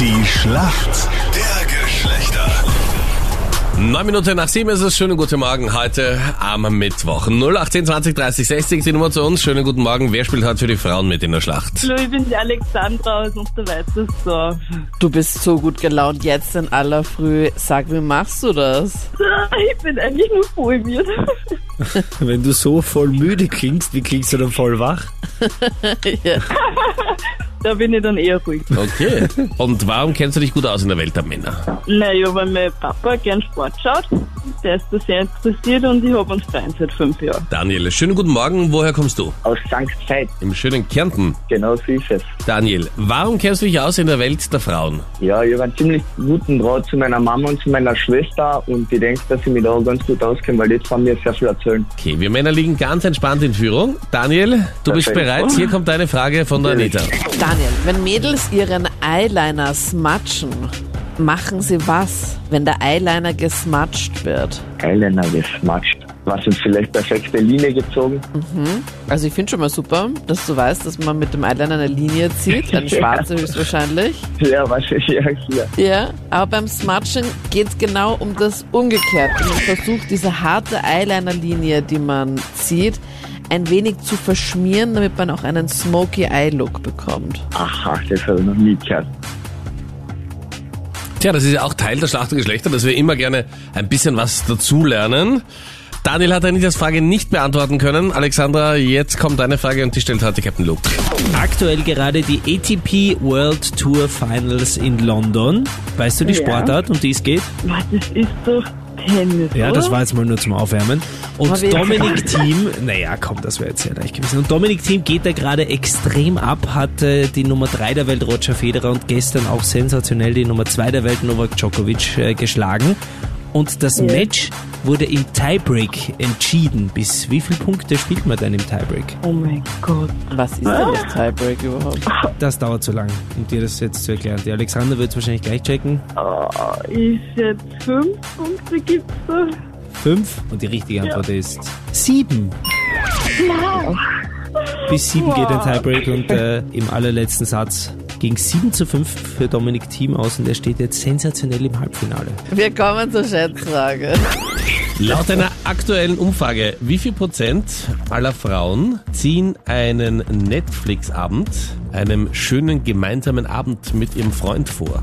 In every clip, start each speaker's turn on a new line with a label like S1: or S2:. S1: Die Schlacht der Geschlechter.
S2: Neun Minuten nach sieben ist es. Schönen guten Morgen heute am Mittwoch. 018 20 30 60 die Nummer zu uns. Schönen guten Morgen. Wer spielt heute für die Frauen mit in der Schlacht?
S3: Hallo, ich bin die Alexandra aus Unterweißersdorf.
S4: Du bist so gut gelaunt jetzt in aller Früh. Sag, wie machst du das?
S3: Ah, Ich bin eigentlich nur prohibiert.
S5: Wenn du so voll müde klingst, wie klingst du dann voll wach?
S4: Ja.
S3: Da bin ich dann eher ruhig.
S2: Okay. Und warum kennst du dich gut aus in der Welt der Männer?
S3: Naja, weil mein Papa gern Sport schaut, der ist da sehr interessiert und ich habe uns Verein seit fünf Jahren.
S2: Daniel, schönen guten Morgen. Woher kommst du?
S6: aus St. Veit.
S2: Im schönen Kärnten.
S6: Genau so ist es.
S2: Daniel, warum kennst du dich aus in der Welt der Frauen?
S6: Ja, ich habe einen ziemlich guten Draht zu meiner Mama und zu meiner Schwester und ich denke, dass ich mich da auch ganz gut auskenne, weil jetzt haben mir sehr viel erzählen.
S2: Okay, wir Männer liegen ganz entspannt in Führung. Daniel, du bist
S6: Perfekt.
S2: bereit. Hier kommt deine Frage von der Anita.
S4: Daniel, wenn Mädels ihren Eyeliner smatschen, machen sie was, wenn der Eyeliner gesmatscht wird?
S6: Eyeliner gesmatscht. Was ist vielleicht perfekte Linie gezogen?
S4: Also ich finde schon mal super, dass du weißt, dass man mit dem Eyeliner eine Linie zieht, eine schwarze höchstwahrscheinlich.
S6: Ja, was ist ja hier?
S4: Ja, aber beim Smatschen geht's genau um das Umgekehrte. Man versucht diese harte Eyeliner-Linie, die man zieht, ein wenig zu verschmieren, damit man auch einen Smoky Eye-Look bekommt.
S6: Aha, das habe ich noch nie gehört.
S2: Tja, das ist ja auch Teil der Schlacht der Geschlechter, dass wir immer gerne ein bisschen was dazulernen. Daniel hat Anitas Frage nicht beantworten können. Alexandra, jetzt kommt deine Frage und die stellt heute Captain Luke.
S7: Aktuell gerade die ATP World Tour Finals in London. Weißt du die
S3: Ja.
S7: Sportart, um die es geht?
S3: Was, das ist doch Tennis,
S7: Ja,
S3: oder?
S7: das war jetzt mal nur zum Aufwärmen. Und
S4: Aber wie-
S7: Dominic Thiem, naja, komm, das wäre jetzt sehr leicht gewesen. Und Dominic Thiem geht da gerade extrem ab, hatte die Nummer 3 der Welt Roger Federer und gestern auch sensationell die Nummer 2 der Welt Novak Djokovic äh, geschlagen. Und das Match wurde im Tiebreak entschieden. Bis wie viele Punkte spielt man denn im Tiebreak?
S3: Oh mein Gott.
S4: Was ist denn das Tiebreak überhaupt?
S7: Das dauert zu lang, um dir das jetzt zu erklären. Die Alexander wird es wahrscheinlich gleich checken.
S3: Ist jetzt Äh, fünf Punkte gibt's da?
S7: Fünf. Und die richtige Antwort ist sieben. Bis sieben geht ein Tiebreak und äh, im allerletzten Satz ging 7 zu 5 für Dominik Thiem aus und er steht jetzt sensationell im Halbfinale.
S4: Wir kommen zur Schätzfrage.
S2: Laut einer aktuellen Umfrage, wie viel Prozent aller Frauen ziehen einen Netflix-Abend einem schönen gemeinsamen Abend mit ihrem Freund vor?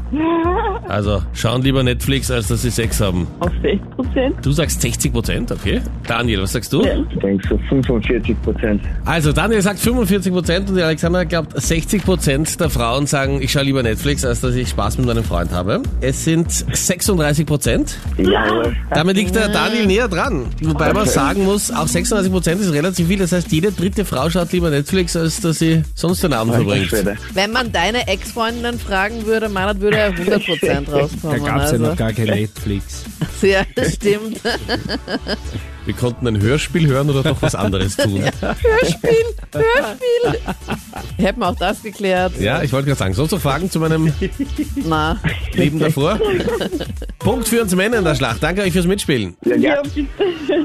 S2: Also schauen lieber Netflix, als dass sie Sex haben.
S3: Auf 6 Prozent?
S2: Du sagst 60 Prozent, okay. Daniel, was sagst du?
S6: Ich denke so 45 Prozent.
S2: Also Daniel sagt 45 Prozent und die Alexandra glaubt 60 Prozent der Frauen sagen, ich schaue lieber Netflix, als dass ich Spaß mit meinem Freund habe. Es sind 36 Prozent.
S6: Jawohl.
S2: Damit liegt der Daniel näher dran. Wobei man sagen muss, auch 36 Prozent ist relativ viel. Das heißt, jede dritte Frau schaut lieber Netflix, als dass sie sonst den Abend
S6: Alter
S2: verbringt.
S6: Schwede.
S4: Wenn man deine Ex-Freundin fragen würde, Manat würde er 100%
S7: Da
S4: rauskommen.
S7: gab es ja
S4: also.
S7: noch gar kein Netflix.
S4: ja, das stimmt.
S2: Wir konnten ein Hörspiel hören oder doch was anderes tun.
S4: Hätten wir auch das geklärt.
S2: Ja, ich wollte gerade sagen, sonst noch Fragen zu meinem
S4: Na,
S2: Leben davor? Punkt für uns Männer in der Schlacht. Danke euch fürs Mitspielen.
S6: Ja,
S3: Ja,
S6: ja.
S3: bitte.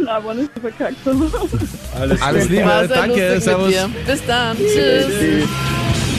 S3: Nein, wenn ich so verkackt habe.
S2: Alles Liebe,
S4: war sehr
S2: danke,
S4: lustig
S2: servus.
S4: mit dir. Bis dann. Tschüss.
S6: Tschüss.